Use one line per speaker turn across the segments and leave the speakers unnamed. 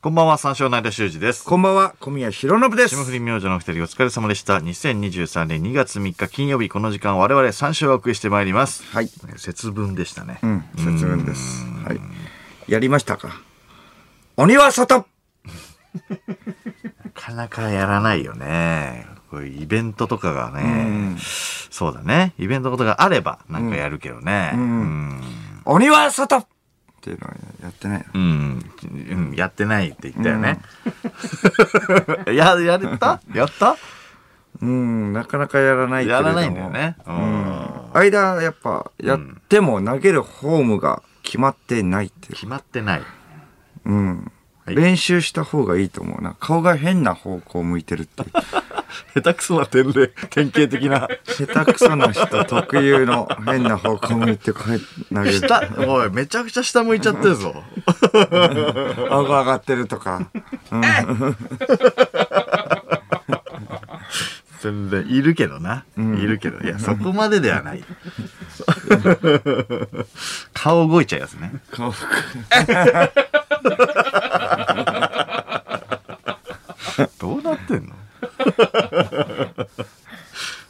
こんばんは、三照内田修司です。
こんばんは、小宮浩信です。
霜降り明星のお二人お疲れ様でした。2023年2月3日金曜日、この時間我々三照をお送りしてまいります。
はい。
節分でしたね。
うん、節分です。はい。やりましたか鬼は外
なかなかやらないよね。こういうイベントとかがね、そうだね。イベントことがあれば、なんかやるけどね。うん。
鬼は外っていうのはやってないの
うん、うんやってないって言ったよね。 や、やれたやった
うん、なかなかやらないけれ
や
ど
ら
も
ないんだよね。う。
うんん。間、やっぱ、やっても投げるフォームが決まってないっていう。
決まってない。
うん。
はい
練習した方がいいと思うな。顔が変な方向向いてるっていう。
下手くそな点で、典型的な。
下手くそな人特有の変な方向向いてこうやって投げる。
下、おい、めちゃくちゃ下向いちゃってるぞ。
顎上がってるとか。
全然、いるけどな。いるけど、いや、そこまでではない。顔動いちゃうやつね。
顔
どうなってんの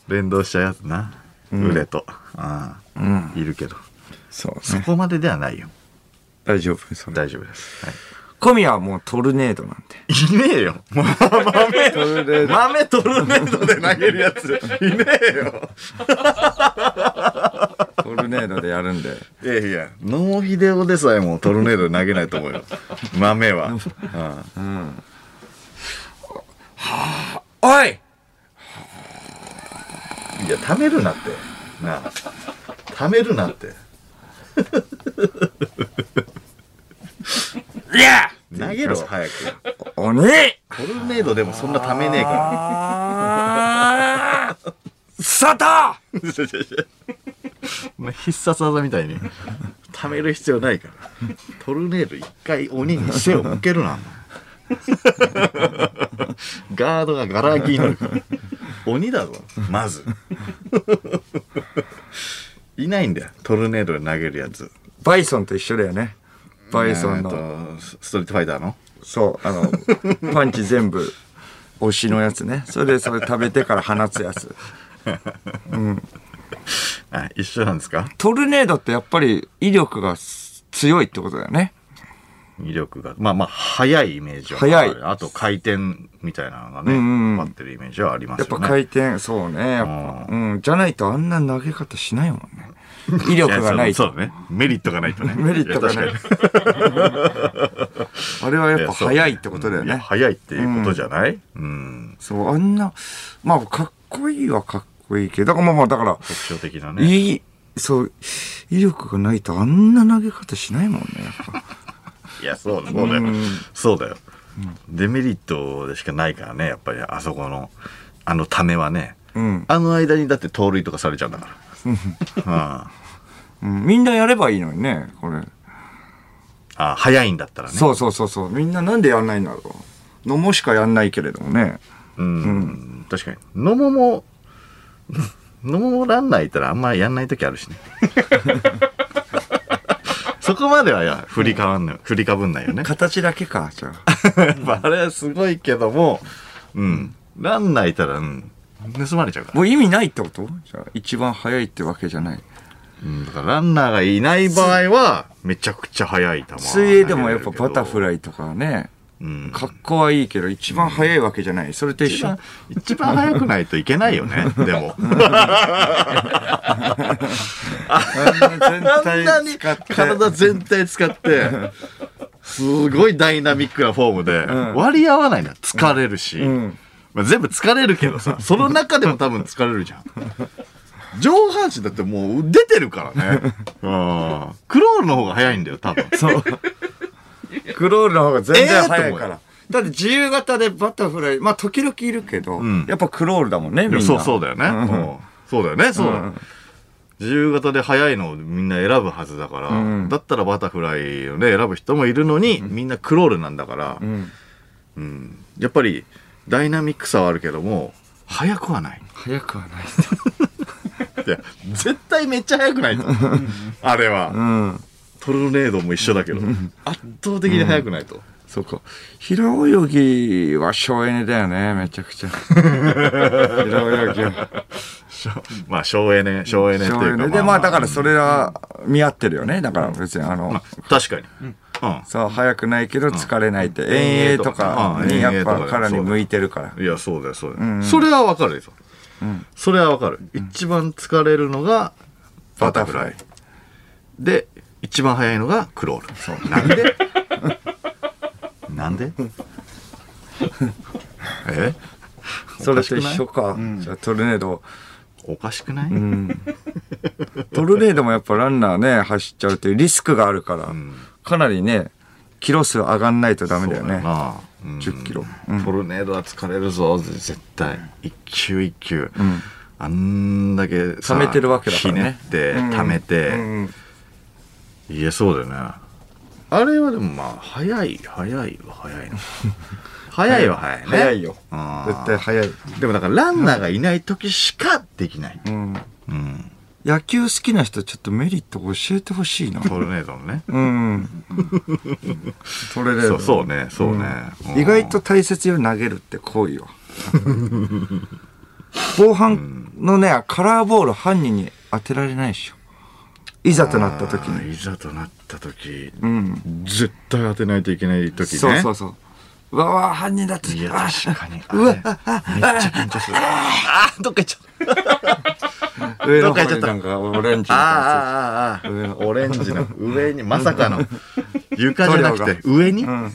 連動しちゃうやつな。腕と。ああ
うん。
いるけど。
そう
そ
ね。
こまでではないよ。
大丈夫それ。
大丈夫です。はい
小宮はもうトルネードなんで。
いねえよ。豆、豆トルネードで投げるやつ、いねえよ。
トルネードでやるんで。
いやいや、ノーヒデオでさえもトルネードで投げないと思うよ。 豆は。うん
おい
いや、溜めるなって。なあ。溜めるなって。
いや
投げろ、早く。
鬼
トルネードでもそんな溜めねえか
あー外
ら。必殺技みたいに。溜める必要ないから。トルネード一回鬼に背を向けるな。ガードがガラ空きになるから。鬼だぞ、まず。いないんだよ、トルネードで投げるやつ。
バイソンと一緒だよね。バイソンの、
えっとスストリートファイターの
そう、あの、パンチ全部、推しのやつね。それでそれ食べてから放つやつ。
あ一緒なんですか
トルネードってやっぱり威力が強いってことだよね。
威力が。まあまあ、速いイメージはある。
速い
あと回転みたいなのがね、
うんうんうん
待ってるイメージはあります
や
よ
っ
ね。
ぱ回転、そうね。やっぱ、うん。じゃないとあんな投げ方しないもんね。威力がない
やそ
と
うそうね。メリットがないとね。
メリットがない
や確か
あれは
に
やっぱ早いってことだよ
いや
ね。
速いっていうことじゃないうん。
そう、あんな、まあ、かっこいいはかっこいいけど、だからまあまあ、だか
特徴的な
ら、
ね。
いい、そう、威力がないとあんな投げ方しないもんね、やっぱ。
いや、そうだそうだよ。そうだよ。デメリットでしかないからね、やっぱりあそこの、あのためはね。
うん。
あの間にだって盗塁とかされちゃうんだから。うん
うんみんなやればいいのにね、これ。
あ、早いんだったらね。
そうそうそうそう。みんななんでやんないんだろう。のもしかやんないけれどもね。
うん、確かに。野茂も、 野茂もランナーいたらあんまやんない時ある しね。そこまではや振りかわんない、振りかぶんないよね。
形だけか、じゃあ。
や っぱあれはすごいけども、うん。ランナーいたら、うん、盗まれちゃうから。
もう意味ないってことじゃあ、一番早いってわけじゃない。
うん、だからランナーがいない場合は、めちゃくちゃ速い球。
水泳でもやっぱバタフ
イ。
ライとかね、
うん。
格好はいいけど、一番早いわけじゃない。それと一
一
緒。
番、一番速くないといけないよ ね、でも。
あんな全
あんなに
体使って。
体全体使って、 すごいダイナミックなフォームで、
ん
割り合わないな。疲れるし、
うん。
まあ、全部疲れるけど さ、その中でも多分疲れるじゃん。上半身だってもう出てる からね。うんクロールの方が早いんだよ、多分。
そう。クロールの方が全然
えー
早い
と
か
思う
ら
よ。
だって自由形でバタフライ、まあ時々いるけど、
ん
やっぱクロールだもんね、みんな。
そうそう
だ。
だよね。うんそうだよね、そうだよ
うん
自由形で速いのをみんな選ぶはずだから、
うん
だったらバタフライをね、選ぶ人もいるのに、みんなクロールなんだから、
うん。
うんやっぱりダイナミックさはあるけども速くはない
早くはない。
いや絶対めっちゃ速くないと思 うあれは
うん。
トルネードも一緒だけど圧倒的に速くないと、
そうか。平泳ぎは省エネだよね、めちゃく ちゃ。平泳ぎは。
まあ、省エネ、省エネって
省
い
エ
うか。
ネで、まあだからそれは見合ってるよね。だから別にあの、
確かに。うん。
そう、早くないけど疲れないって、遠泳とかに
遠
や
泳
っ
とか
ぱからに向いてるから。
いや、そうだよ、そうだよ。それはわかるよ。それはわかる。一番疲れるのがバ
バ
タ
タ
フ
フ
ラ
ラ
イ
イ。
で、一番早いのがクロール。
そう
なんでなんでえ
それと一緒か。じゃあトルネード。
おかしくない、
トルネードもやっぱランナーね、走っちゃうっていうリスクがあるから、かなりね、キロ数上がんないとダメだよ
な
ね。
あ、うん
10キロ。
トルネードは疲れるぞ絶対一球一球、あんだけさ
溜めてるわけだからね
ひねって溜めて、いやそうだよねあれはでもまあ早い早いは早い の早いは早いね
早いよ。
あー
絶対早い。
でもだからランナーがいない時しかできない、
うん。
うん、
野球好きな人ちょっとメリット教えてほしいな。
トルネードのね
うん。 トレレー
そ
ド
うそうねそうね、うん
意外と大切よ投げるって行為は。後半のね、カラーボール犯人に当てられないでしょ。いざとなった時
あー
に。
いざとなった時
うん。
絶対当てないといけない時ね
そうそうそう。うわうわ、犯人だって。
いや、
あ
確かに。
うわ、
あれめっちゃ緊張する。あーどっか行っちゃった。
上
ど
の
っか行っちゃっ
方に
た
なんかオレンジみたいなや
あーあー、あ
上
ーあ
の
ー。オレンジの上に、まさかの、床じゃなくて、
塗
上に
ん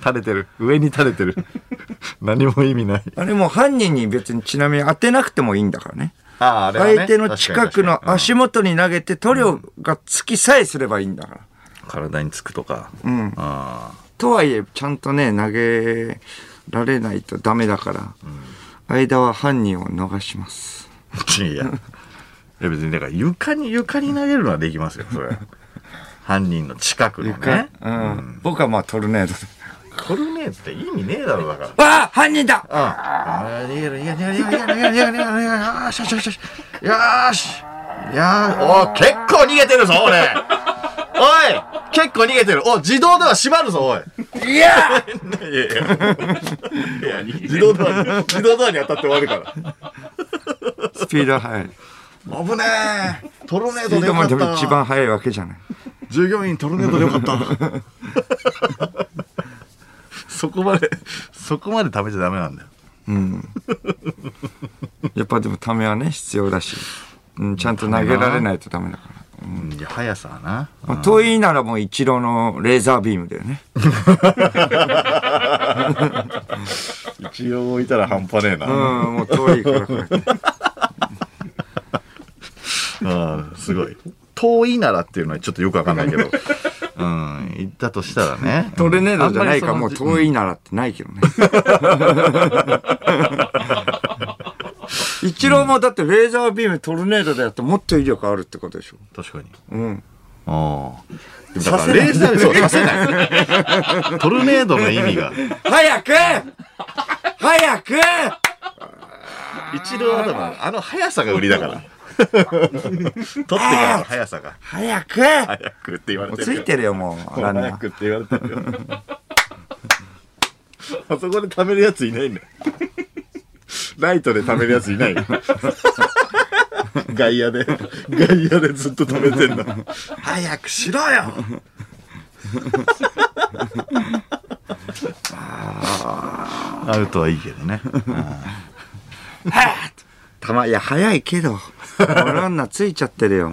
垂れてる。上に垂れてる。何も意味ない。
つあれもう犯人に別にちなみに当てなくてもいいんだからね。
ああ、あれはね
相手の近くの足元に投げて塗料が突きさえすればいいんだから。
体につくとか。
うん。
ああ。
とはいえ、ちゃんとね、投げられないとダメだから、間は犯人を逃します。
いや。いや別に、だから床に、床に投げるのはできますよ、それ。犯人の近くのね。
うん。僕はまあトルネードで。
トルネードって意味ねえだろ、だから。
わあ犯人だ
ああ、逃げる、逃げる、逃げる、逃げる、逃げる、逃げる、逃げる、よーし、よし、よし、よし、よーし。いやー、おー結構逃げてるぞ、俺。おい、結構逃げてる。お、自動では縛るぞ、おい。
いや
いやいや、いや、自動ドアに、自動ドアに当たって終わるから。
スピードは速い。
危ねえ。トルネー
スピ
ドで
ード
よか
も
っ
でも一
た。
番速いわけじゃない。
従業員トルネードでよかった。そこまで、そこまで食べちゃダメなんだよ。
やっぱでもためはね、必要だし、うん、ちゃんと投げられないとダメだから。
うん、いや、速さはな。
まあ、遠いならもう一郎のレーザービームだよね。
一応置いたら半端ねえ
うん、
な。
もう遠いからこれ。
ああ、すごい。遠いならっていうのはちょっとよくわかんないけど。うん、行ったとしたらね。
トルネードじゃないからもう
い。
遠いならってないけど ね。一郎もだってレーザービームトルネードだよってもっと威力あるってことでしょ。
確かに。
うん。
ああ。でもだからレーザーそうさせない。 トルネードの意味が。
早く早く
一度はでもあの速さが売りだ から。取ってからの速さが。
早く
早くって言われ
もう
て
つ
る
い
よ。
てるよもう、ランナ
早
ー。
くって言われてるよ。 あそこで貯めるやついないんだよ。ライトで貯めるやついないよ。外野で、外野でずっと貯めてんだ。早くしろ よアウトはいいけどね。
たま、いや、早いけど、もうランナーついちゃってるよ。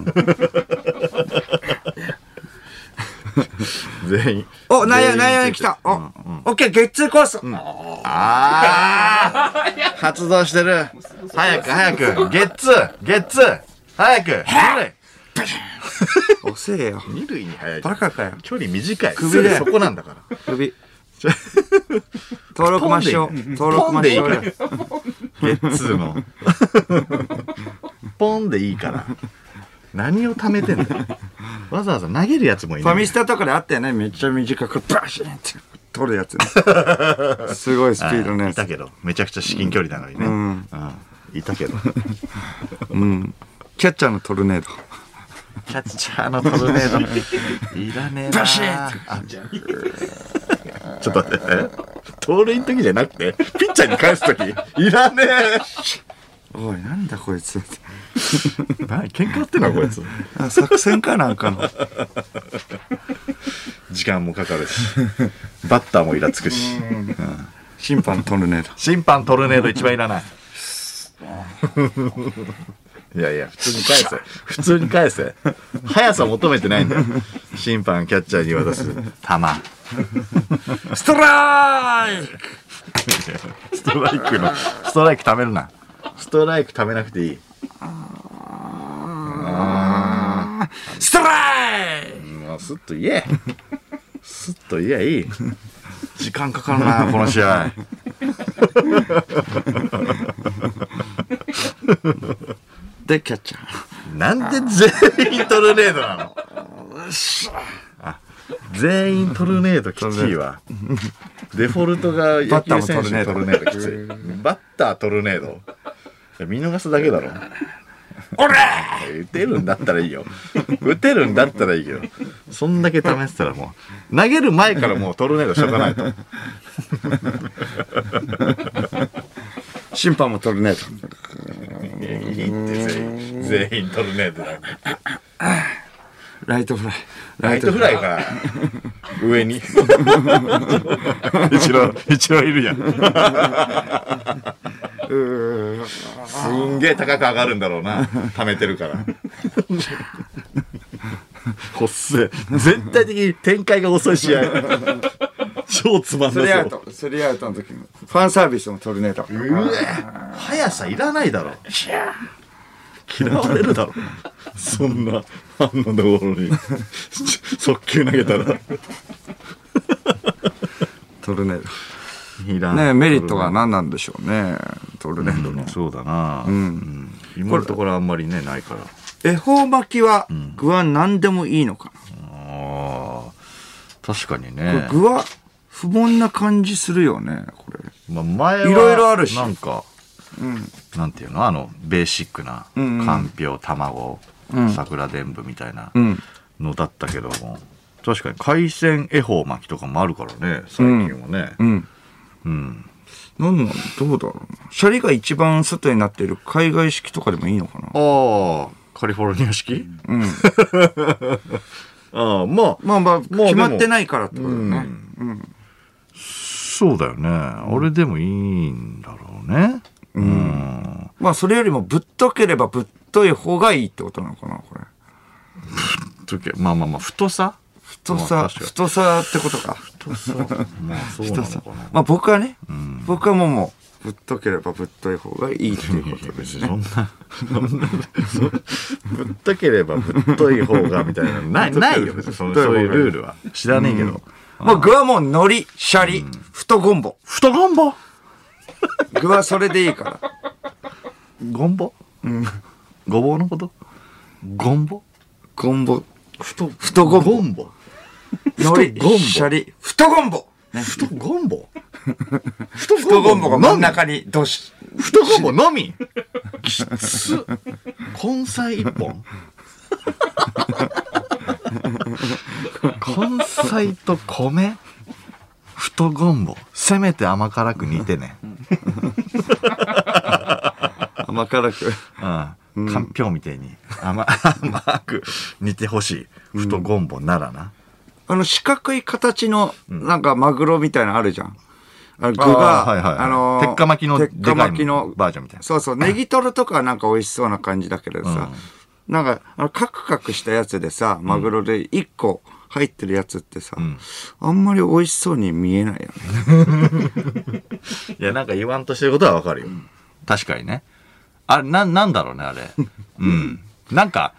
全員。
お、内
全員
野、内野に来た。お、オッケー、ゲッツーコース。
ああ発動してる早く早くゲッツーゲッツー早く
遅えよ。
二塁二塁に早い
バカかよ。
距離短い
首で
そこなんだから
首。 登録抹消。登録抹消だよ。
ゲッツーの ポンでいいから何を貯めてんだよわざわざ投げるやつもい
フ
な
ァ
い
ミスタとかであったよね。めっちゃ短く、バシーンって取るやつね。 すごいスピードの
はい
や
いた
つ。
けどめちゃくちゃ至近距離なのにねうんいたけど
キャッチャーのトルネード。
キャッチャーのトルネード。 いらねえな。
バシッ
あちょっと待って。盗塁の時じゃなくて、ピッチャーに返す時、いらね
おいなんだこいつ
え。なに、喧嘩売ってんのこいつ。
あ作戦かなんかの
時間もかかるし、バッターもイラつくし。
審判トルネード
審判トルネード一番いらない。 いやいや、普通に返せ。普通に返せ。速さ求めてないんだよ。審判、キャッチャーに渡す。球。
ストライク
ストライクの、ストライク貯めるな。ストライク貯めなくていい。
ストライク
もうすっと言え。すっと言えいい。時間かかるな、この試合。
でキャッチャー
なんで全員トルネードなのあ全員トルネードきついわ。デフォルトが野球選手トルネードきつい。バッタートルネード。いや見逃すだけだろ。
オレ
打てるんだったらいいよ。打てるんだったらいいけど。そんだけ試してたらもう、投げる前からもうトルネードしとかないと。
審判もトルネード
いやいいって全員、全員トルネードだ。
ライトフライ
ライトフライ か。上に。一郎、一郎いるやん。
イうー
すんげえ高く上がるんだろうな。溜めてるから。ほっせえ。全体的に展開が遅い試合。超つまん
ス
な
リーアウ
そう。
トスリーアウトの時のファンサービスもトルネード
うえ速さいらないだろ。嫌われるだろ。そんなファンのところに 速球投げたら。
トルネー
いら
ドねメリットは何なんでしょうねトルネードの
そうだな、うん、今のところあんまりねないから
恵方巻きは具は何でもいいのか
あー確かに
な、
ね、
具は不凡な感じするよねこれ
まあ、前はい
ろいろあるし
なんか、なんていうのあのベーシックなか
んうん
んぴょう卵、桜でんぶみたいな
うん
のだったけども確かに海鮮恵方巻きとかもあるからね最近はね、
うん
うん
なんなんどうだろうなシャリが一番外になっている海外式とかでもいいのかな
ああカリフォルニア式、
ん
ああまあ
まあまあ
でも
決まってないからってことだよね
そうだよねあれでもいいんだろうねうん
まあそれよりもぶっとければぶっとい方がいいってことなのかなこれ
とけまあまあまあ太さ
太
ま
さ
あ確かに
太さってことか
太さ まあそうなのかな
まあ僕はね、僕はもうもうぶっとければぶっとい方がいいっていうことです
別に
ね
そんな ぶっとければぶっとい方がみたいなのないないよ別にそのそういうルールは知らねえけど
もう具はもう海苔シャリ、太ゴンボ
太ゴンボ
具はそれでいいから
ゴンボごぼうのことゴンボ
ゴンボ
太
太ゴンボ
ゴンボ
海
ゴンボ
苔シャリ太ゴンボ
太ゴンボ太
太ゴンボが真ん
のみ
中にどし
太コンボのみきつ根菜一本根菜と米太ゴンボせめて甘辛く煮てね、
甘辛く
うん、かんぴょうみたいに甘甘く煮てほしい太ゴンボならな、
あの四角い形のなんかマグロみたいなのあるじゃんあの具が
あーはいはいはい
あのー
鉄火巻きの
鉄火巻き
でか
の
いバージョンみたいな
そうそうネギトロとかはなんか美味しそうな感じだけどさ、なんかあのカクカクしたやつでさマグロで一個入ってるやつってさ、あんまり美味しそうに見えないよね
いやなんか言わんとしてることはわかるよ、確かにねあれななんだろうねあ れうんなんか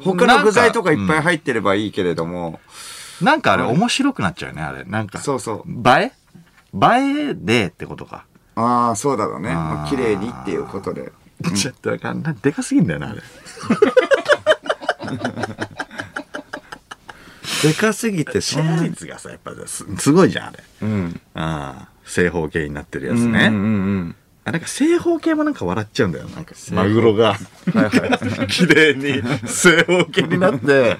他の具材とかいっぱい入ってればいいけれども、
なんかあれ面白くなっちゃうね、あれ。なんか。
そうそう
映え映えでってことか。
ああそうだろうね
あー
綺麗にっていうことで
ちょっとわかんない。でかすぎんだよな、あれ。
でかすぎてそ
シ
ん
ェア
な
率がさ、やっぱすすごいじゃん、あれ。
うん
ああ、正方形になってるやつ
うんうんう
ね。
ん
あなんか正方形もなんか笑っちゃうんだよなんかマグロが 綺麗に正方形になって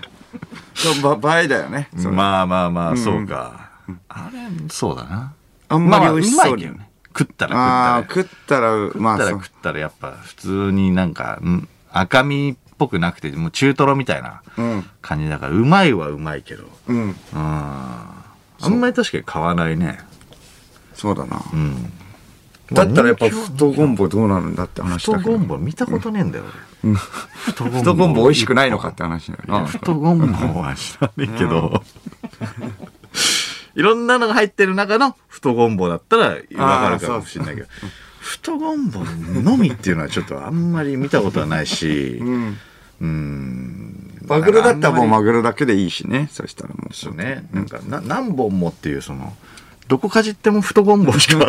そうば映えだよね。それ
まあまあまあそうか、あれそうだな
あんまり美味しそうに。
まあまあうまいけどね食った
あ
ら
あ、食ったら、ま
食ったら食っ
あ、
たら
そう
食ったらやっぱ普通になんか、うん赤身っぽくなくてもう中トロみたいな
うん。
感じだからうまいはうまいけど
うん。
うんあんまり確かに買わないね
そうだな。
うん
だったらやっぱ、太ゴンボどうなるんだって話
太
だけ
ゴ
ど。
ンボ見たことねえんだよ俺太ゴ
太ゴンボ美味しくないのかって話だよね。
太ゴンボは知らねえけど、いろんなのが入ってる中の太ゴンボだったら分かるかもしれないけど太ゴンボのみっていうのはちょっとあんまり見たことはないし
うん。
うん
マグロだったらもう
あんま
マグロだけでいいしね。そしたらもう。
りそうねなんかな何本もっていうそのどこかじっても太ゴンボし か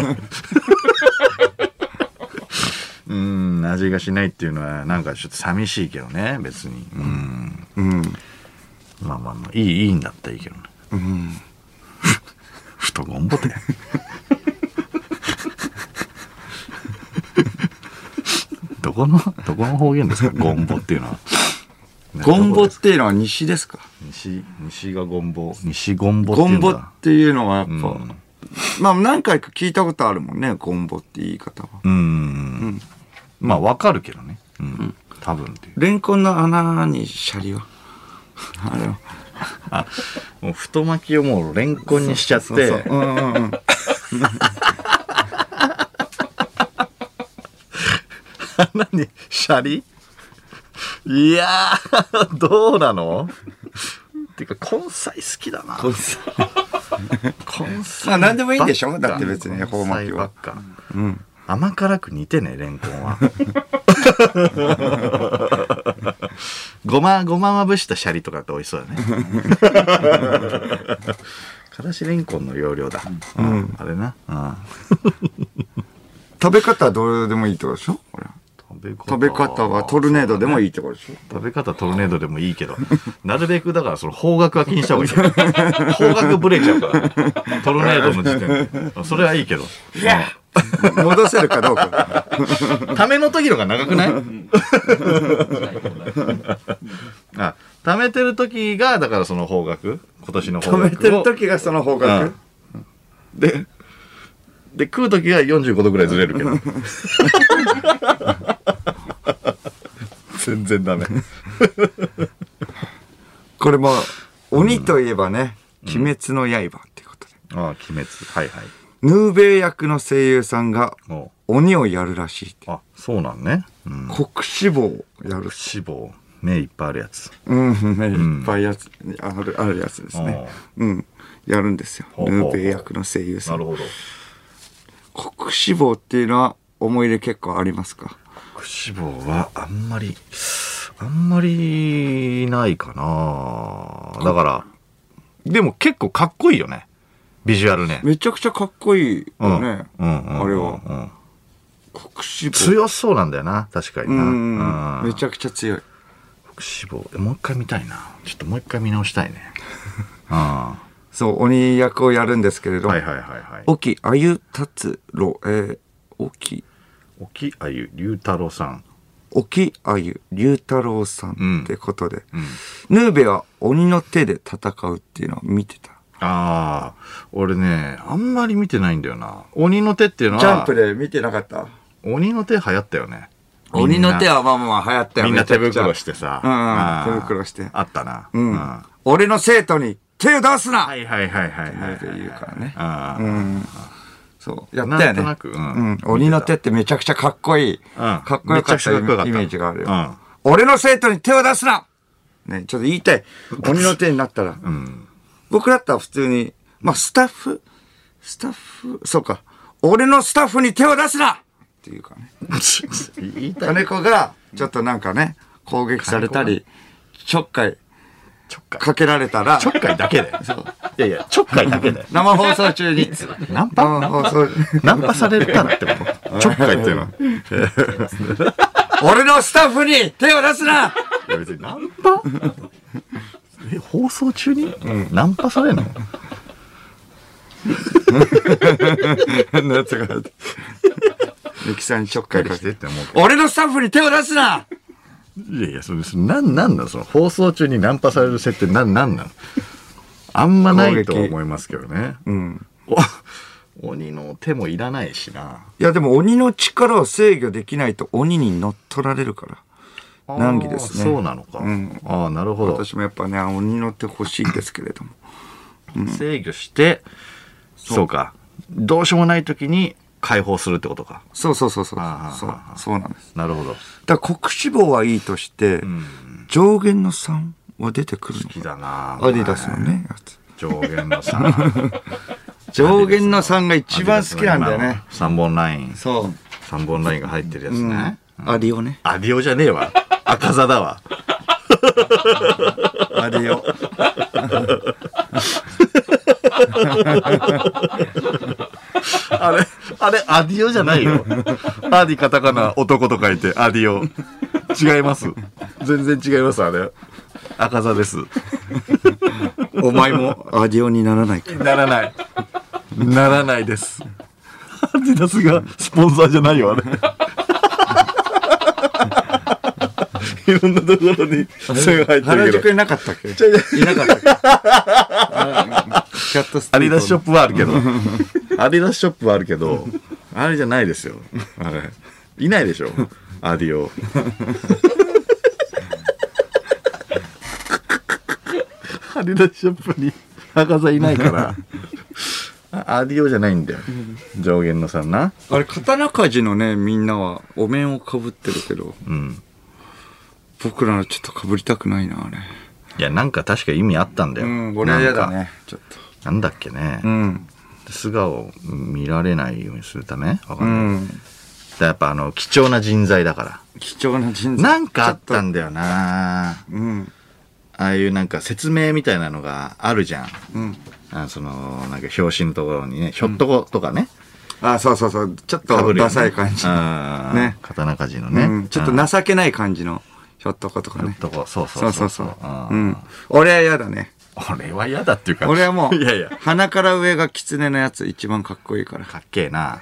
うん味がしないっていうのはなんかちょっと寂しいけどね別にうん
うん。
まあまあまあいいいいんだったらいいけどね
うん。
太ゴンボて どこのどこの方言ですかゴンボっていうのは
ゴンボっていうのは西ですか
西西がゴンボ西ゴンボってい
ゴ
う
ン
んだ
ボっていうのはやっぱ、
うん
まあ何回か聞いたことあるもんね、ゴンボって言い方は。
うん、まあわかるけどね、うん多分っていう
レンコンの穴にシャリは。 あれは。
あもう太巻きをもうレンコンにしちゃって
そう そううんうんうん。
穴にシャリいやー どうなのっていうか根菜好きだな 根菜
まあ何でもいいんでしょだって別に恵方巻
根菜
きは
ばっか
うん。
甘辛く煮てねレンコンはごまごままぶしたシャリとかって美味しそうだねからしレンコンの要領だ、うんあれな、うん、
食べ方はどうでもいいってことでしょこれは
食べ方
食べ方はトルネードでもいいってことでしょ
食べ方トルネードでもいいけど、なるべくだからその方角は気にした方がいい。方角ブレちゃうから、トルネードの時点 で。それはいいけど。
戻せるかどうか。
ための時のが長くないあ、ためてる時が、だからその方角今年の方
止
角を
めてる時がその方
う
角
ん。で、で、食う時が45度ぐらいずれるけど。全然ダメ。
これも、鬼といえばね、鬼滅の刃っていうことで。
ああ、鬼滅。はいはい。
ヌーベイ役の声優さんが
も
鬼をやるらしいって。
うあ、そうなんね。うん。
国志望をやる。
脂肪目いっぱいあるやつ
うん、ね、いっぱいやつ、ある、あるやつですね。うん。やるんですよ。
ほうほう
ヌ
ほう
ーベイ役の声優さん。
ほど
国志望っていうのは思い入れ結構ありますか
脂肪はあんまりあんまりないかなだからでも結構かっこいいよねビジュアルね
めちゃくちゃかっこいいよね。
うんうんうんうん
あれは国志望。
強そうなんだよな確かに
う、
なん
めち
ゃ
ゃくちゃ強い。
脂肪もう一回見たいなちょっともう一回見直したいね あ
そう、鬼役をやるんですけれ
あ
ど、
はいはいはいはい
沖あゆたつろ、えー、沖、
沖あゆ龍太郎さん
沖あゆ龍太郎さ
うん
んってことで、
うん
ヌーベは鬼の手で戦うっていうのを見てた。
ああ俺ねあんまり見てないんだよな鬼の手っていうのは
ジャンプで見てなかった
鬼の手流行ったよね
鬼の手
は
はまあまあ流行ったよ。
みんな手袋しててさ
うんうん
あー
手袋して
あったな
う
うん
ん
は。
俺の生徒に手を出すな、
いはいはいはいはい
って言うからね
あ
う
ー
ん。そう。やった
な
よ
んと
ね
な。くう
うんん。鬼の手ってめちゃくちゃかっこいい。
うん
かっこ
め
よかったイメ
ちゃくちゃかっこよかった
イメージがあるよ。
うん
俺の生徒に手を出すなね、ちょっと言い たい。鬼の手になったら。
うん
僕だったら普通に、まあスタッフ、スタッフ、そうか。俺のスタッフに手を出すなっていうかね。
言いたい
金子が、ちょっとなんかね、攻撃されたり、ちょっかい
ちょっかい
かけられたら
ち、ょっかいだけでいやいやちょっかいだけで
生放送中に。
ナンパ
生放送中
ナンパされたらってことちょっかいっていうのは
俺のスタッフに手を出すない
や別にナンパえ放送中に、ナンパされんの
変なやつが入って ミキサーにちょっかいか
し
け
てってて思うけ
俺のスタッフに手を出すな
ど。いやいや、それ、それなん、なんなのその放送中にナンパされる設定、なん、なんなのあんまないと思いますけどね。うん。鬼の手もいらないしな。
いやでも鬼の力を制御できないと鬼に乗っ取られるから難儀ですね
あーそうなのか。
うん
ああ、なるほど。
私もやっぱね鬼乗ってほしいんですけれども
制御して、そうか。どうしようもない時に解放するってことか。
そうそうそうそう
あー
そ
あ
う
ー
そうなんです
なるほど。
だから国志望はいいとして、上限の3は出てくるの
好きだな
アディダスのねやつ
上限の3。
上限の3が一番好きなんだよね。
3本ライン。
そう、
3本ラインが入ってるやつね。
アディオね
アディオじゃねえわ。赤座だわ。
アディオ
あれ、あれ、アディオじゃないよ。アディカタカナ、男と書いて、アディオ。違います。全然違います、あれ。赤座です。
お前もアディオにならないから
ならない。ならないです。アディダスがスポンサーじゃないよ、あれ。 いろんなところに線入って
原
るけ
宿
ど。
になかったっけいなかったっけあキャットスト
ア
リ
ディ
ートの
ダスショップはあるけど。アディダスショップはあるけど、あれじゃないですよ。あれ。いないでしょ。アディオ。アディダスショップに博士いないから。 あアディオじゃないんだよ。上限のさんな。
あれ、刀鍛冶のね、みんなはお面をかぶってるけど、
うん。
僕らはちょっとかぶりたくないな、あれ。
いや、なんか確か意味あったんだよ。なんか。
ちょっと。
なんだっけね
う。ん。
素顔を見られないようにするためわか
うん
ない。だか
ん。
らやっぱあの、貴重な人材だから。
貴重な人材。
なんかあった
ちょ
んだよな
っとうん。
ああいうなんか説明みたいなのがあるじゃん。
うん。
あその、なんか表紙のところにね、ひょっとことかね。
あ、そうそうそう。ちょっ
かぶ
と
るよ
ダ
ね
サい感じ。
あー
ね
刀鍛冶の
う
ね。
ん。ちょっと
うん、
情けない感じの、ひょっとことかね
ひ。ょっとこ、そうそ
そううそ
そうう
そう。
あ
う
ー
ん。俺は嫌だね。
俺は嫌だっていうか。
俺はも う、
いやいや。
鼻から上が狐のやつ一番かっこいいから。
かっけえな。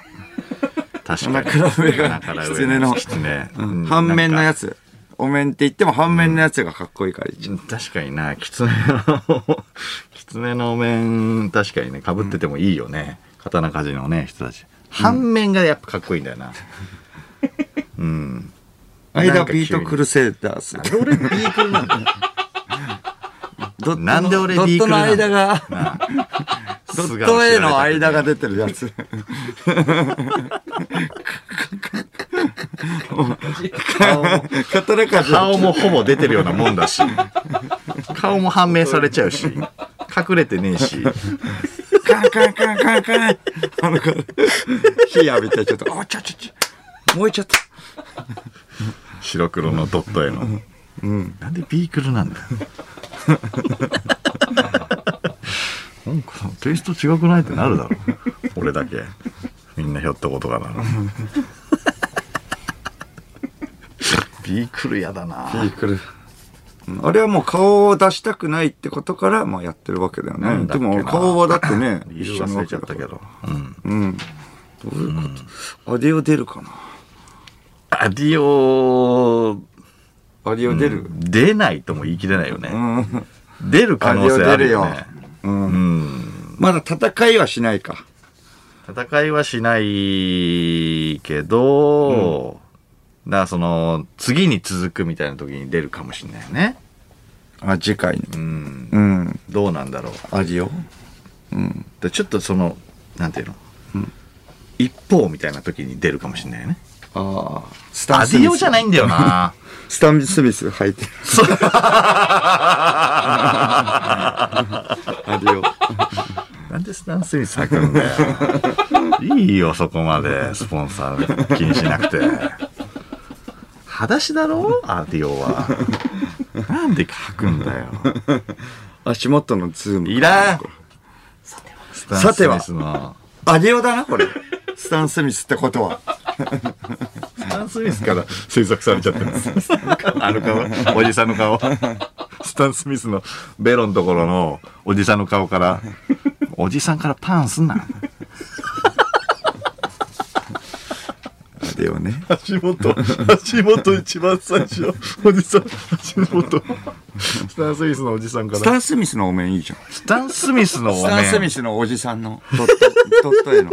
確かに。
鼻から上が
鼻から上
狐の
狐
うん半面のや
つ。
つ。お面って言っても半面のやつがかっこいいから、一番
なんか確かにな、狐の、 狐の面、確かにね、被っててもいいよね。刀鍛冶のね、人たち。半面がやっぱかっこいいんだよな。うん。
間ビートクルセイダース。
俺 B 君なんだ
ドットの
なんで俺
ドッ
B
ト
君
の
なの
間が、
な
ドット A の間が出てるやつ。
顔も
刀鍛冶。
顔もほぼ出てるようなもんだし顔も判明されちゃうし隠れてねえし
カンカンカンカンカン。あの子、火浴びてちょっと、あ、ちょちょちょ。燃えちゃった。
白黒のドット絵の、なんでビークルなんだよなんかテイスト違くないってなるだろ俺だけみんなひょっとことかなビークルやだな
ビークル。あれはもう顔を出したくないってことから、まあやってるわけだよ
な
ね。
んだっ
で
けな、
も顔はだって ね
理由忘れちゃったけど、うん
うん。どういうことアディオ出るかな
アディオ
アディオ出る
出ないとも言い切れないよね、
うん。
出る可
アデ
能性
ィ
あ
オ出る
るよ
よ
ね。
うん
うん
まだ戦いはしないか。
戦いはしないけど、だからその次に続くみたいな時に出るかもしれないよね
あ、次回に。
うん
うん。
どうなんだろう
アディオ
でちょっとそのなんていうの、一方みたいな時に出るかもしれないよね
ああ。スタ
ア
ン
デ
スミ
ィ
ス。
オじゃないんだよ な
スタンスミス履いてる。アディオ。
なんでスタン・スミス履くんだ よ。いいよ、そこまで、スポンサー気にしなくて。裸足だろアーティオは。なんで履くんだよ。
足元のズーム。
いらんスタン・スミス
さ
の。
アディオだな、これ。スタンスミスってことは。
スタン・スミスから推測されちゃってます。あの顔、おじさんの顔。スタン・スミスのベロのところのおじさんの顔から、おじさんからパンすんな。
アデでよね。
橋本、橋本一番最初、おじさん、橋本、スタン・スミスのおじさんから。
スタン・スミスのお面いいじゃん。
スタン・スミスの
スタン・スミ
ス。
スのおじさんのとっと、とっと への。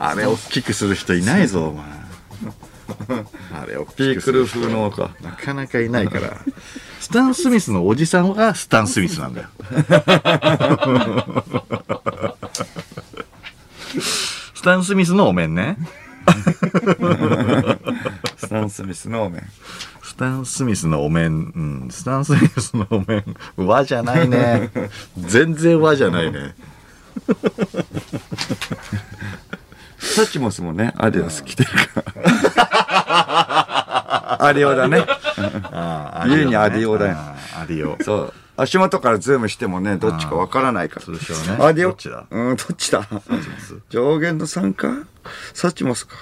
あれ、大きくする人いないぞ、お前。あれ、大きくする。
ピークル風のか。
なかなかいないから。スタン・スミスのおじさんがスタン・スミスなん だよ。スタン・スミスのお面ね。
スタン・スミスのお面。
スタン・スミスのお面、うん、スタン・スミスのお面、和じゃないね。全然和じゃないね。
サチモスもね、アディダス着てる から。アディオだね。
あ
家にアディオだよ。
あーアディオ。
そう。足元からズームしてもね、どっちかわからないから。
あーそうでしょうね
アディオ。
どっちだ
うん、どっちだ 上限の3かサチモスか。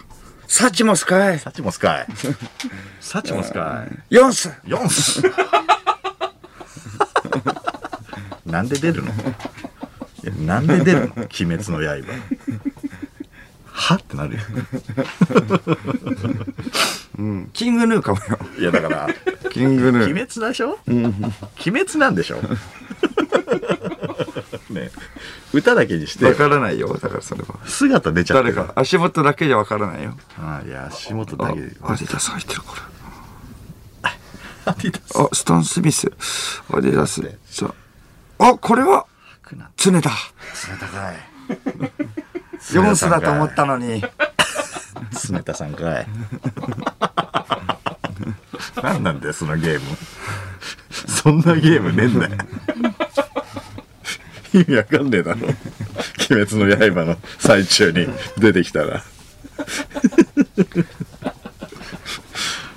サチモスかい
サチモスかい。サチモスか
!4 ス
い。ヨンスなんで出るのいやなんで出るの鬼滅の刃。はってなるよ。
キングヌーかもよ。
いやだから、
キングヌ
鬼
ー。
滅でしょ鬼滅なんでしょね歌だけにして
わからないよ、だからそれは。
姿出ちゃって
誰
る
か、足元だけじゃわからないよ。
あいや足元
あ、
だ
ア
け
デ
で
ィダス入ってる、これ。
アディダス
あ、スタン・スミス。アディダス。さあ、これは、
くなって
常だ。
冷た かい
4スだと思ったのに。
冷たさんかい 何なんだよそのゲームそんなゲームねえんだよ 意味わかんねえだろ「鬼滅の刃」の最中に出てきた ら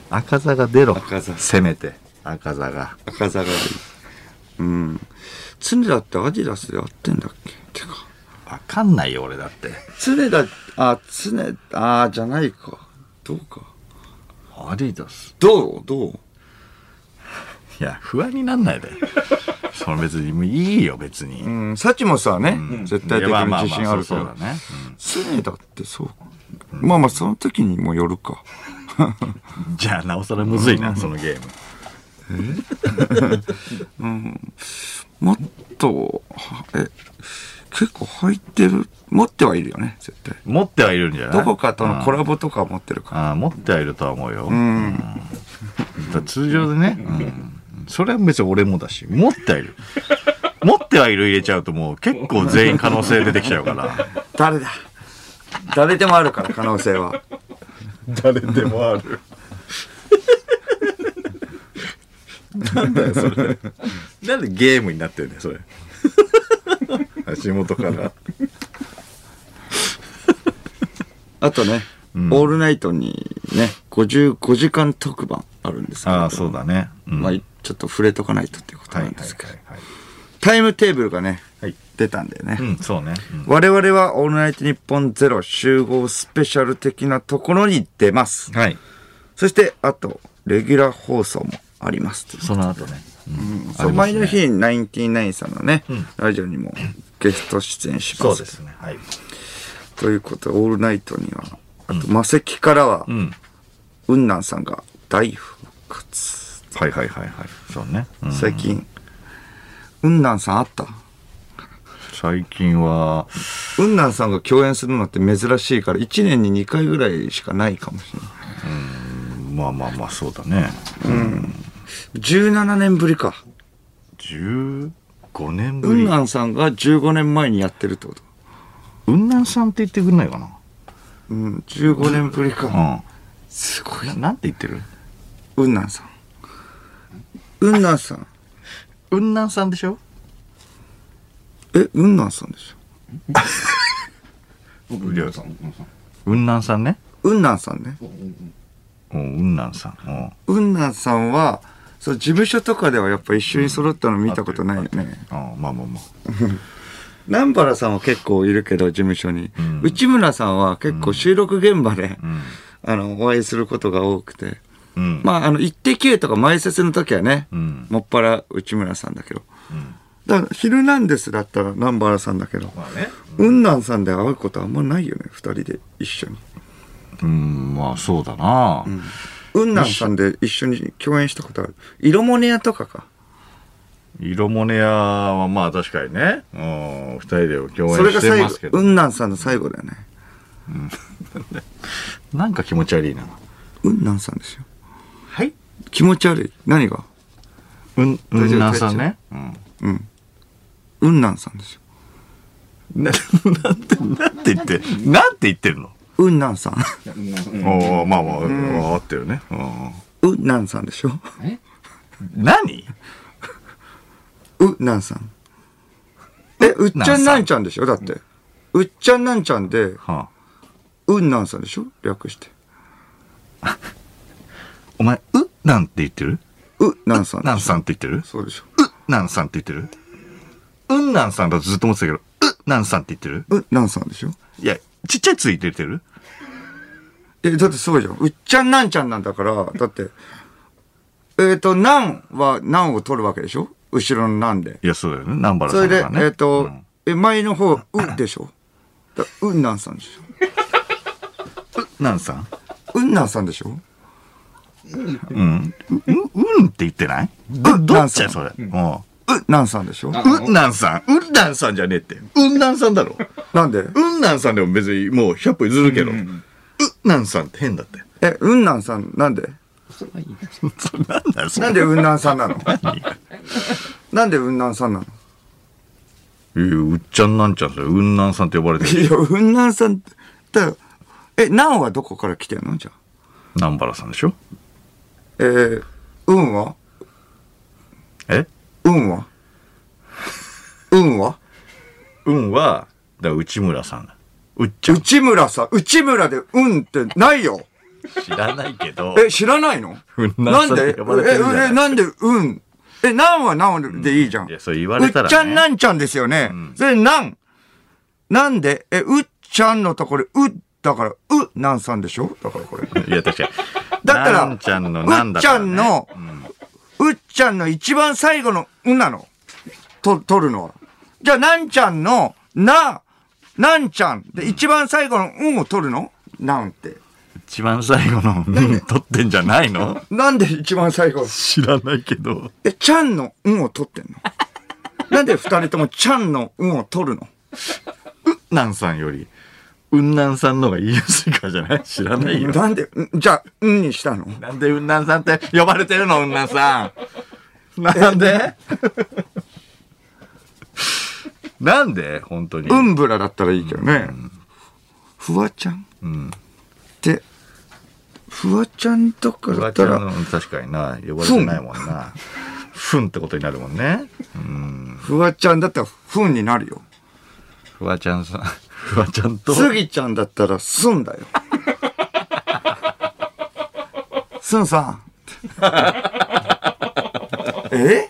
赤座が出ろ
赤座
せめて赤座が
赤坂うん。常だってアディダスでやってんだっけてか。
わかんないよ俺だって
常だ、あ、常、あ、じゃないか。どうか。
アディダス
どうどう
いや不安になんないでその別にもういいよ別に、
うん、サチモスはね、絶対的
いや
に
まあまあまあ
自信あるか
そう
ら
そう。だね、
常だってそうか。まあまあ、その時にもよるか。
うんじゃあなおさらむずいなそのゲーム
もっと、はえ、結構入ってる、持ってはいるよね、絶対。
持ってはいるんじゃない
どこかとのコ
れ
ラボとか持ってるから。
ああ持ってはいるとは思うよ、
うん。
だから通常でね、うん、それは別に俺もだし持ってはいる持ってはいる入れちゃうともう結構全員可能性出てきちゃうから
誰だ誰でもあるから、可能性は。
誰でもあるなんだよそれなんでゲームになってるねそれ足元から
あとね、オールナイトにね、55時間特番あるんですけど、
ああそうだね、うん
まあ、ちょっと触れとかないとっていうこと
はい
な
は
ん
い
ですけど、
はい
タイムテーブルがね、
はい
出たんだよね。
うんそうね、うん
我々はオールナイトニッポンゼロ集合スペシャル的なところに出ます。
はい
そして、あと、レギュラー放送もあります。
その後ね、うん
そう、前の日、ナインティナインさんのね、ラジオにもゲスト出演します。
そうですねはい
ということで、オールナイトには、あと、マセキからは、
ん
うんなんさんが大復活。
はいはいはいはいそうね、うん
最近、うんなんさんあった
最近は
うんなんさんが共演するのって珍しいから、1年に2回ぐらいしかないかもしれない。
まあまあまあそうだね
17年ぶりか。
15年
う
ぶり
んなんさんが15年前にやってるってこと
雲南さんって言ってくんないかな
うん、15年ぶりか。
う
すご
んななんて言ってる
うんなんさん。うんなんさん。
雲南さんでしょ
え、うんなんさんでしょ
僕りょうさん雲南さんね
うんなんさんね。
うん雲南さん
うんなんさんは、そう、事務所とかではやっぱ一緒に揃ったの見たことないよね。
うんあまあまあまあ
南原さんは結構いるけど、事務所に。
ん
内村さんは結構収録現場で、
うん
あの、お会いすることが多くて。
うん
まあ、あの、一滴とか前説の時はね、
うん
もっぱら内村さんだけど。だから、ヒルナンデスだったら南原さんだけど。
まあね
う雲南さんで会うことあんまないよね二人で一緒に
うん、まあそうだな。
雲南さんで一緒に共演したことある色モネアとかか
色モネ屋はまあ確かにね、うん、二人で共
それ
演し
が
て
最後
ますけど、
雲南さんの最後だよね
なんか気持ち悪いな。
雲南さんですよ
はい
気持ち悪い何が
うん、う
大丈夫
んなさんね。うん。
うん雲南さんですよ
な、なんて、なんて言って、なんて言ってるの
雲南さん
おーまあまあ、あってるね。う
雲南さんでしょ
ん何
うなんさん。え、うっちゃんなんちゃんでしょだって。うっちゃんなんちゃんで、
はあ
うんなんさんでしょ略して。
お前、うなんて言ってる
うなんさんで
なん
し
さんって言ってる
ょ。そうでしょ。
うなんさんって言ってるうんなんさんだとずっと思ってたけど、うなんさんって言ってる
うなんさんでしょ。
いや、ちっちゃいついててる
え、だってそうじゃん。うっちゃんなんちゃんなんだから、だって、えっ、と、なんは、なんを取るわけでしょ後ろのなんで。
いや、そうだよね。南原
そ
さ
れ
ん
で、
だからね。
えっ、と、
うん
え、前の方、うでしょだうんなんさんでしょ。
なんさん
うんなんさんでしょ
うん。うん、うんって言ってないど、どっちやそれ。うん。
うなんさんでしょ
うんなんさん、うんなんさんじゃねえって。うんなんさんだろ。
なんで
うんなんさんでも別にもう100歩譲るけど、うんなんさんって変だって。
え、うんなんさん、なんで
それなんだよ、それ
なんでうんなんさんなのなんで雲南さんなの
いやうっちゃんなんちゃんそれ、うんなんさんって呼ばれてる。
いや、雲南さんって、だえ、南はどこから来てんのじゃあ。
南原さんでしょ
えー、運は
え
運は運は
うんは、だから内村さんだ。うっちゃん。
内村さん、内村で運ってないよ。
知らないけど
え、知らないの
雲
な
南
ん
さんっ
で
て
え、
呼ばれてるじゃない
え、なんで運え、南は南でいいじゃん。
いや、それ言われたら、
う
ね。
っちゃんなんちゃんですよね。それなん、なんでえ、うっちゃんのところ、う、だから、う、なんさんでしょだからこれ。
いや、確かに。
だったら
なんちゃんのなんだから、ね。
うっちゃんのうっちゃんの一番最後の「ん」なの。と、取るのは。じゃあ、なんちゃんの、な、なんちゃんで一番最後の「ん」を取るのなんて。
一番最後の、うん、取ってんじゃないの
なんで一番最後、
知らないけど。
え、ちゃんの「ん」を取ってんのなんで二人ともちゃんの「ん」を取るの
なんさんより、うんなんさんの方が言いやすいからじゃない知らないよ。
なんで、んじゃあ、うんにしたの
なんでうんなんさんって呼ばれてるのうんなんさん。なんでなんで本当に。
ウンブラだったらいいけどね。フワちゃんって、フワちゃんとか
フ
だ
ワ
っ
ち
た
ゃ
ら
ん、の確かにな、呼ばれてないもんな。ふんってことになるもんね。うん。
フワちゃんだったらフンになるよ。
フワちゃんさん、フワちゃんと。
スギちゃんだったらすんだ よ。すん さん。え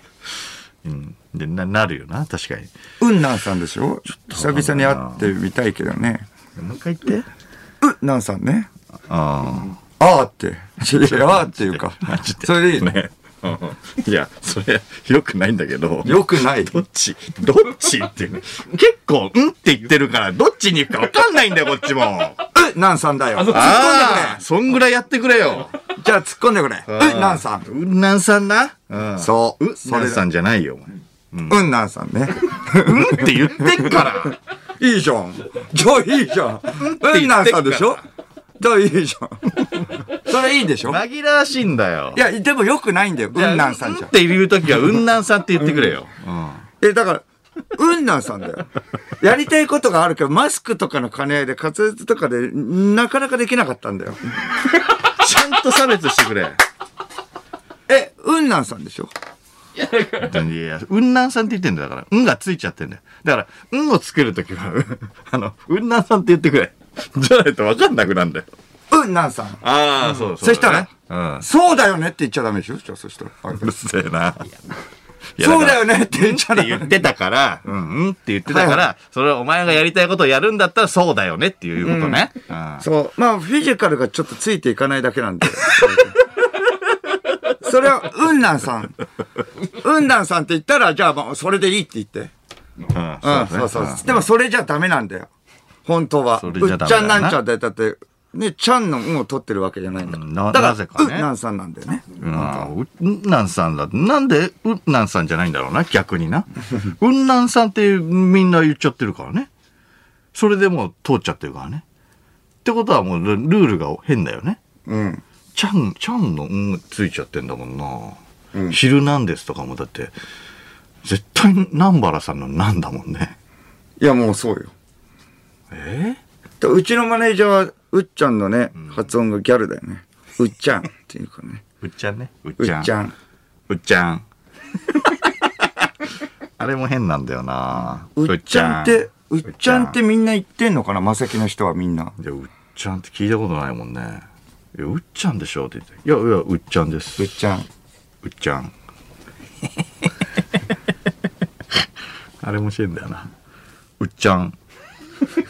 うん。で、な、なるよな、確かに。
うんなんさんでしょ久々に会ってみたいけどね。
もう一回言って。
うなんさんね。
あ
あーって。いやあーっていうか。それでいい
あ。
の
ね。いや、それ、よくないんだけど。
よくない。
どっちどっちっていうね。結構、うんって言ってるから、どっちに行くか分かんないんだよ、こっちも。あ
うなんさんだよ。突っ込んで
あー、
く
そんぐらいやってくれよ。
れ。じゃあ突っ込んでくれ。うなんさん。
うんなんさんな。うん
そう
う。
それだ
んさんじゃないよ、お
うんなんさんね。
前。うんって言ってっから。
いいじゃん。じゃあいいじゃん。うんなんさんでしょじゃあいいじゃん。それいいでしょ
紛らわしいんだよ
い。や、でもよくないんだよ。うんなんさんじ
う
ゃ
っ。て言うときは、うんなんさんって言ってくれよ。
え、だから、うんなんさんだよ。やりたいことがあるけど、マスクとかの兼ね合いで、滑舌とかで、なかなかできなかったんだよ。
ちゃんと差別してくれ。
え、うんなんさんでしょ
いやいや、うんなんさんって言ってんだよだから、うんがついちゃってんだよ。だから、うんを作るときは、 うんあの、うんなんさんって言ってくれ。じゃないと分かんなくなんだよ。
うんなんさん。
ああ、そう
そしたらね
うん。
そうだよねって言っちゃダメでしょじゃあそしたら。あ
うるせえな。
そうだよ
ね。
ねって言っちゃ
っ
ダ
て
メ
言。ってたから、うん、うんって言ってたか
はい
ら、それはお前がやりたいことをやるんだったらそうだよねっていうことね。うん
そう。まあ、フィジカルがちょっとついていかないだけなんで。 それは、うんなんさん。うんなんさんって言ったら、じゃあ、まあ、それでいいって言って。
うん
うん、
そうそうそう。
でもそれじゃダメなんだよ。本当は。
そうれじゃ
っ
ダメ
ち
だ
ゃ
よ
ん
な
なんちゃんだよ。だって、ね、ちゃんの運を取ってるわけじゃないんだ。
うんな
だから、
なぜかね
うなんさんなんだよね。
うん、うんなんさんだ。なんでうんなんさんじゃないんだろうな、逆にな。 うんなんさんってみんな言っちゃってるからね。それでもう通っちゃってるからね。ってことはもうルルールが変だよね。
うん。
ちゃん、ちゃんのうんついちゃってんだもんな。ヒルナンデスとかもだって、絶対南原さんのなんだもんね。
いや、もうそうよ。
え
だうちのマネージャーは、うっちゃんのね、発音がギャルだよね。うっちゃんっていうかね。
うっちゃんね。うっ
うっ
ちゃん。
ちゃん。
うっちゃん。 あれも変なんだよな。
うっちゃんって、うっちゃんってみんな言ってんのかなマセキの人はみんな。
いや、うっちゃんって聞いたことないもんね。いや、うっちゃんでしょって言って。いや、いや、うっちゃんです。
うっちゃん。
うっちゃ ん。あれもしいんだよな。うっちゃん。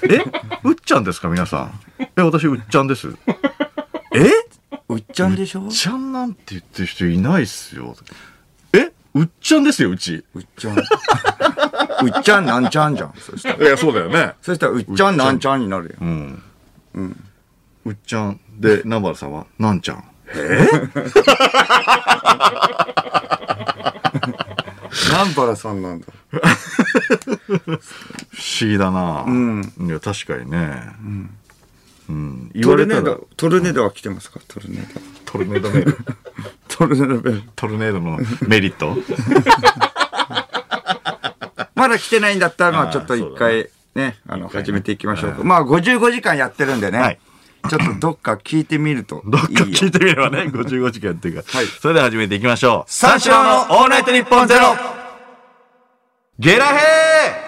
えうっちゃんですか皆さん。え、私、うっちゃんです。うっ
えうっちゃんでしょ
ちゃんなんて言ってる人いないっすよ。えうっちゃんですよ、うち。
うっちゃん。うっちゃんなんちゃんじゃん。そしたら、
いや、そうだよね。
そしたらうっちゃんなんちゃんになるよ。
うん。うん。うっちゃん。で、南原さんはなんちゃん。
南原さんなんだ。
不思議だな、
ん
いや確かにね、うん言
ト
われ
ルネ
た
ー
ら
ド、トルネードは来てますかトルネード。
トルネードメール
トルネードベル。
トルネードのメリット
まだ来てないんだったら、ま
あ
あ
ー
ちょっと一回ね、あの、
一回ね
始めていきましょうか。まあ55時間やってるんでね、
はい
ちょっとどっか聞いてみるといいよ。
どっか聞いてみればね55時間っていうか、
はい
それでは始めていきましょう
三四郎のオールナイトニッポンゼロ
ゲラヘ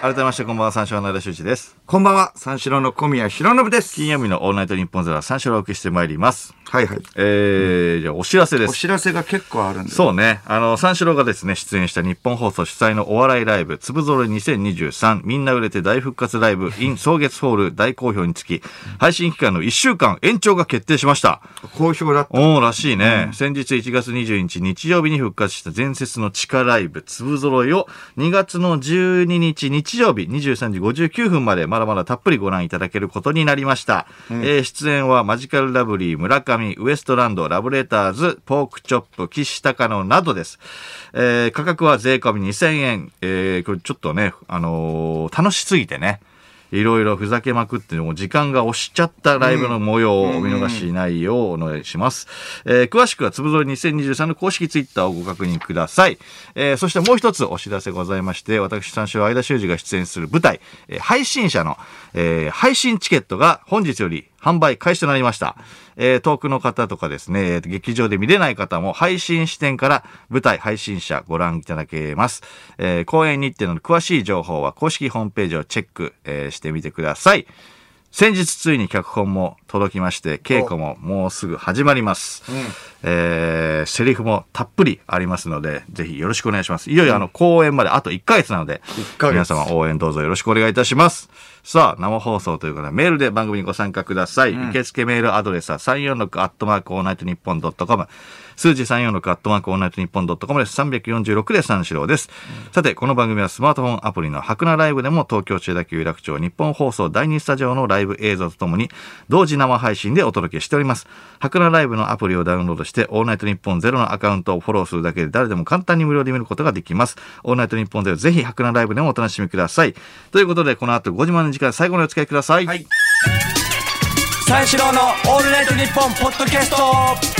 ー改めましてこんばんは三四郎の間修一です
こんばんは、三四郎の小宮浩信です。
金曜日の「オールナイトニッポンゼロは三四郎をお送りしてまいります
はいはい。
えーじゃあお知らせで
お
す
知らせが結構あるんで。
そうね。あの、三四郎がですね、出演した日本放送主催のお笑いライブ、つぶぞれ2023、みんな売れて大復活ライブ、in 草月ホール大好評につき、配信期間の1週間延長が決定しました。
好評だった。
おーらしいね、先日1月22日日曜日に復活した前節の地下ライブ粒揃いを2月の12日日曜日23時59分までまだまだたっぷりご覧いただけることになりました、えー出演はマジカルラブリー村上ウエストランドラブレターズポークチョップ岸高野などです、えー価格は税込み2000円、えーこれちょっとね、あのー楽しすぎてねいろいろふざけまくって、もう時間が押しちゃったライブの模様をお見逃しないようお願いします。えー詳しくはつぶぞれ2023の公式ツイッターをご確認ください。えーそしてもう一つお知らせございまして、私三四郎相田修二が出演する舞台、えー配信者の、えー配信チケットが本日より販売開始となりました。えー遠くの方とかですね、えー劇場で見れない方も配信視点から舞台配信者ご覧いただけます。えー公演日程の詳しい情報は公式ホームページをチェック、えーしてみてください。先日ついに脚本も届きまして、稽古ももうすぐ始まります。えーセリフもたっぷりありますので、ぜひよろしくお願いします。いよいよあの公演まであと1ヶ月なので、
ヶ月
皆様応援どうぞよろしくお願いいたします。さあ、生放送ということで、メールで番組にご参加ください。受付メールアドレスは346アットマークオールナイトニッポンドットコム。数字346アットマークオールナイトニッポンドットコムです。346で三四郎です。さて、この番組はスマートフォンアプリの白菜ライブでも東京中田有楽町日本放送第2スタジオのライブ映像とともに、同時生配信でお届けしております。白菜ライブのアプリをダウンロードして、オールナイトニッポンゼロのアカウントをフォローするだけで誰でも簡単に無料で見ることができます。オールナイトニッポンゼロぜひ白菜ライブでもお楽しみください。ということで、この後5時までの時間最後のお付き合いください。
三四郎のオールナイトニッポンポッドキャスト